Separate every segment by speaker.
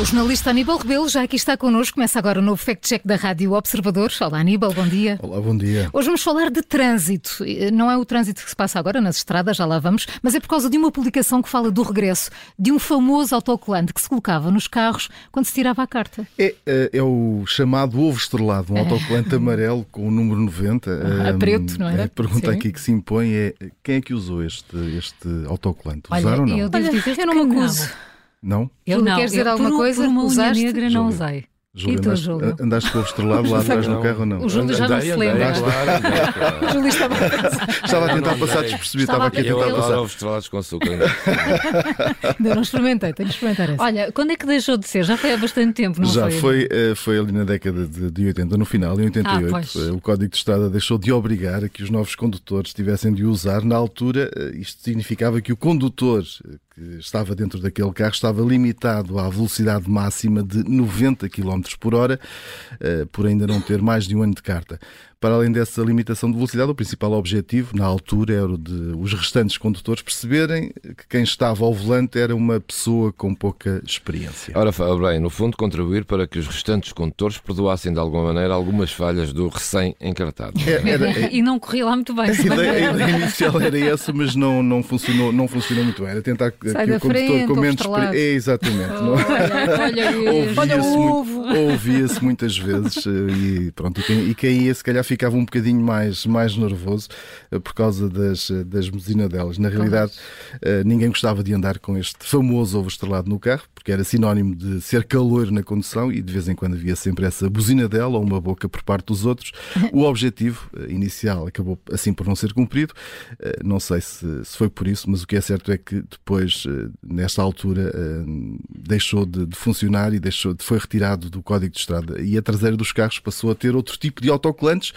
Speaker 1: O jornalista Aníbal Rebelo já aqui está connosco. Começa agora o novo fact-check da Rádio Observador. Olá, Aníbal, bom dia.
Speaker 2: Olá, bom dia.
Speaker 1: Hoje vamos falar de trânsito. Eh, Não é o trânsito que se passa agora nas estradas, já lá vamos, mas é por causa de uma publicação que fala do regresso de um famoso autocolante que se colocava nos carros quando se tirava a carta.
Speaker 2: É, eh, é o chamado ovo estrelado, um autocolante amarelo com o número 90.
Speaker 1: Ah,
Speaker 2: Ahm,
Speaker 1: preto, não era?
Speaker 2: A pergunta
Speaker 1: Sim.
Speaker 2: aqui que se impõe é quem é que usou este, este autocolante?
Speaker 3: Olha,
Speaker 2: Usaram ou não?
Speaker 1: eu devo
Speaker 3: Olha,
Speaker 1: dizer, eu não
Speaker 3: que
Speaker 1: me
Speaker 3: nabo.
Speaker 1: acuso.
Speaker 2: Não?
Speaker 1: Tu queres dizer alguma
Speaker 3: por, um-
Speaker 1: coisa?
Speaker 3: Por uma unha
Speaker 1: Usaste?
Speaker 3: negra não
Speaker 2: Júlio.
Speaker 3: usei.
Speaker 2: Júlio,
Speaker 3: E tu,
Speaker 2: andaste,
Speaker 3: Júlio?
Speaker 2: a- andaste com o ovo estrelado lá atrás no carro ou não?
Speaker 1: O Júlio já não
Speaker 4: Andei,
Speaker 1: se lembra.
Speaker 4: andei, claro, andei,
Speaker 1: O
Speaker 4: claro.
Speaker 1: Júlio estava a pensar.
Speaker 2: Estava a
Speaker 4: Eu
Speaker 2: tentar
Speaker 4: não
Speaker 2: passar
Speaker 4: usei.
Speaker 1: Estava
Speaker 2: despercebido, estava aqui a
Speaker 4: Eu
Speaker 2: tentar
Speaker 4: adoro
Speaker 2: passar.
Speaker 4: ovos estrelados com açúcar.
Speaker 1: Ainda não experimentei, tenho que experimentar essa.
Speaker 3: Olha, quando é que deixou de ser? Já foi há bastante tempo, não
Speaker 2: Já
Speaker 3: foi?
Speaker 2: foi, eh, foi ali na década de, de 80, no final, em 88,
Speaker 3: Ah, pois.
Speaker 2: eh, o Código de Estrada deixou de obrigar a que os novos condutores tivessem de usar. Na altura, eh, isto significava que o condutor eh, que estava dentro daquele carro estava limitado à velocidade máxima de 90 km por hora, eh, por ainda não ter mais de um ano de carta. Para além dessa limitação de velocidade, o principal objetivo, na altura, era o de os restantes condutores perceberem que quem estava ao volante era uma pessoa com pouca experiência.
Speaker 4: Ora, fa- bem, no fundo, contribuir para que os restantes condutores perdoassem de alguma maneira algumas falhas do recém-encartado.
Speaker 2: Era- era-
Speaker 3: E não corri lá muito bem.
Speaker 2: A ideia, a ideia inicial era essa, mas não, não, funcionou, não funcionou muito bem. Era tentar que,
Speaker 1: Sai
Speaker 2: que
Speaker 1: da
Speaker 2: o condutor
Speaker 1: frente,
Speaker 2: com
Speaker 1: ovo
Speaker 2: menos
Speaker 1: estrelado.
Speaker 2: experiência. É, exatamente.
Speaker 1: Oh.
Speaker 2: não é?
Speaker 3: Olha, olha,
Speaker 2: Ouvia-se
Speaker 3: olha o
Speaker 2: muito-
Speaker 3: ovo.
Speaker 2: Ouvia-se muitas vezes eh, e pronto, e quem, e quem ia se calhar ficava um bocadinho mais, mais nervoso eh, por causa das, eh, das delas. Na realidade, eh, ninguém gostava de andar com este famoso ovo estrelado no carro, porque era sinónimo de ser calor na condução e de vez em quando havia sempre essa buzina dela ou uma boca por parte dos outros. O objetivo eh, inicial acabou assim por não ser cumprido. Eh, Não sei se, se foi por isso, mas o que é certo é que depois, eh, nesta altura, eh, deixou de, de funcionar e deixou, de- foi retirado do código de estrada. E a traseira dos carros passou a ter outro tipo de autocolantes,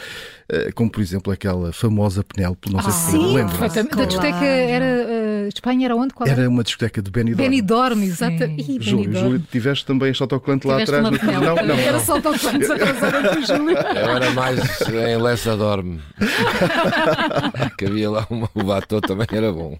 Speaker 2: eh, como por exemplo aquela famosa Penélope, não sei se
Speaker 1: Ah, Sim,
Speaker 2: lembra.
Speaker 1: perfeitamente. Da
Speaker 3: Claro.
Speaker 1: discoteca era. eh, Espanha era onde? Qual era?
Speaker 2: Era uma discoteca de Benidorm.
Speaker 1: Benidorm, exato.
Speaker 3: Sim.
Speaker 1: Ih,
Speaker 2: Júlio,
Speaker 1: Benidorm.
Speaker 2: Júlio, tiveste também este autocolante lá
Speaker 3: Tiveste
Speaker 2: atrás?
Speaker 3: uma
Speaker 2: no-
Speaker 3: Penélope
Speaker 2: não, não,
Speaker 3: também.
Speaker 1: Era
Speaker 2: não.
Speaker 1: só autocolantes atrasaram com o Júlio.
Speaker 4: Eu era mais eh, em Lessa Dorme. Que havia lá uma, o batom também era bom.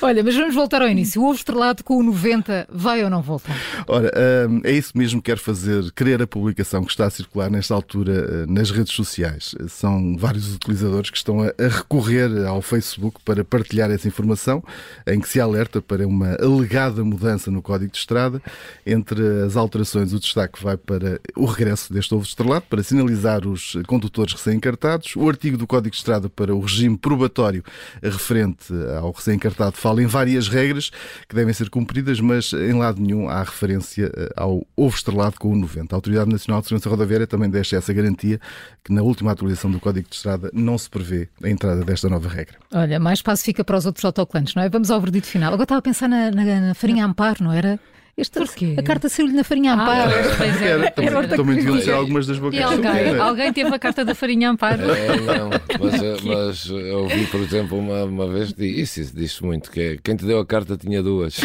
Speaker 1: Olha, mas vamos voltar ao início. O ovo estrelado com o 90 vai ou não voltar?
Speaker 2: Ora, hum, é isso mesmo que quero fazer, querer a publicação que está a circular nesta altura eh, nas redes sociais. Eh, São vários utilizadores que estão a, a recorrer ao Facebook para partilhar essa informação, em que se alerta para uma alegada mudança no código de estrada. Entre as alterações, o destaque vai para o regresso deste ovo estrelado, para sinalizar os condutores recém-encartados. O artigo do código de estrada para o regime probatório referente ao recém-encartado fala em várias regras que devem ser cumpridas, mas em lado nenhum há referência eh, ao ovo estrelado com o 90. A Autoridade Nacional de Segurança Rodoviária também deixa essa garantia que na última atualização do Código de Estrada não se prevê a entrada desta nova regra.
Speaker 1: Olha, mais espaço fica para os outros autocolantes, não é? Vamos ao verdito final. Agora estava a pensar na, na- na farinha Amparo, não era? Esta,
Speaker 3: Porquê?
Speaker 1: A carta saiu-lhe na farinha Amparo.
Speaker 3: Pois é.
Speaker 2: Era, também,
Speaker 1: outra
Speaker 2: também deviam
Speaker 4: coisa.
Speaker 2: ser algumas das bocas.
Speaker 3: E alguém, alguém teve a carta da farinha Amparo?
Speaker 4: É, não, mas, eh, mas eu ouvi, por exemplo, uma, uma vez, di- isso, isso diz-se muito, que é, quem te deu a carta tinha duas.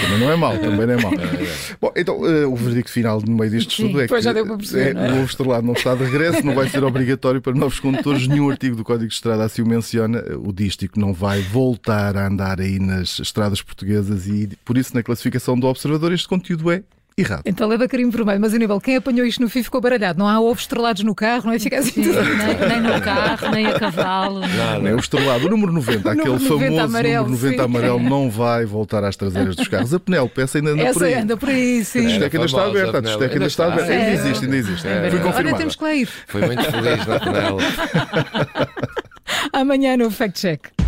Speaker 2: Também não é mau, também não é mau. Bom, então eh, o verdicto final no meio disto
Speaker 1: Sim,
Speaker 2: tudo é
Speaker 1: pois
Speaker 2: que
Speaker 1: já deu para perceber,
Speaker 2: é,
Speaker 1: não é?
Speaker 2: o ovo estrelado não está de regresso, não vai ser obrigatório para novos condutores. Nenhum artigo do Código de Estrada assim o menciona. O dístico não vai voltar a andar aí nas estradas portuguesas e por isso na classificação do observador este conteúdo é errado.
Speaker 1: Então leva carinho vermelho, mas Aníbal, quem apanhou isto no fim ficou baralhado. Não há ovos estrelados no carro, não é? Fica assim.
Speaker 3: Nem, nem no carro, nem a cavalo.
Speaker 2: Não é? O estrelado, o número 90, aquele
Speaker 1: número 90
Speaker 2: famoso
Speaker 1: amarelo,
Speaker 2: número 90
Speaker 1: sim.
Speaker 2: amarelo, não vai voltar às traseiras dos carros. A Penélope, essa ainda anda por
Speaker 1: Essa
Speaker 2: aí.
Speaker 1: anda por aí,
Speaker 2: A
Speaker 1: sim.
Speaker 4: Era
Speaker 2: discoteca ainda está
Speaker 4: famosa,
Speaker 2: aberta, a discoteca ainda
Speaker 4: Penélope.
Speaker 2: está aberta. Ainda
Speaker 1: Sério?
Speaker 2: existe, ainda existe. Foi
Speaker 4: É verdade.
Speaker 1: Olha,
Speaker 2: confirmado.
Speaker 1: temos que lá ir.
Speaker 4: Foi muito feliz na panela.
Speaker 1: Amanhã no Fact Check.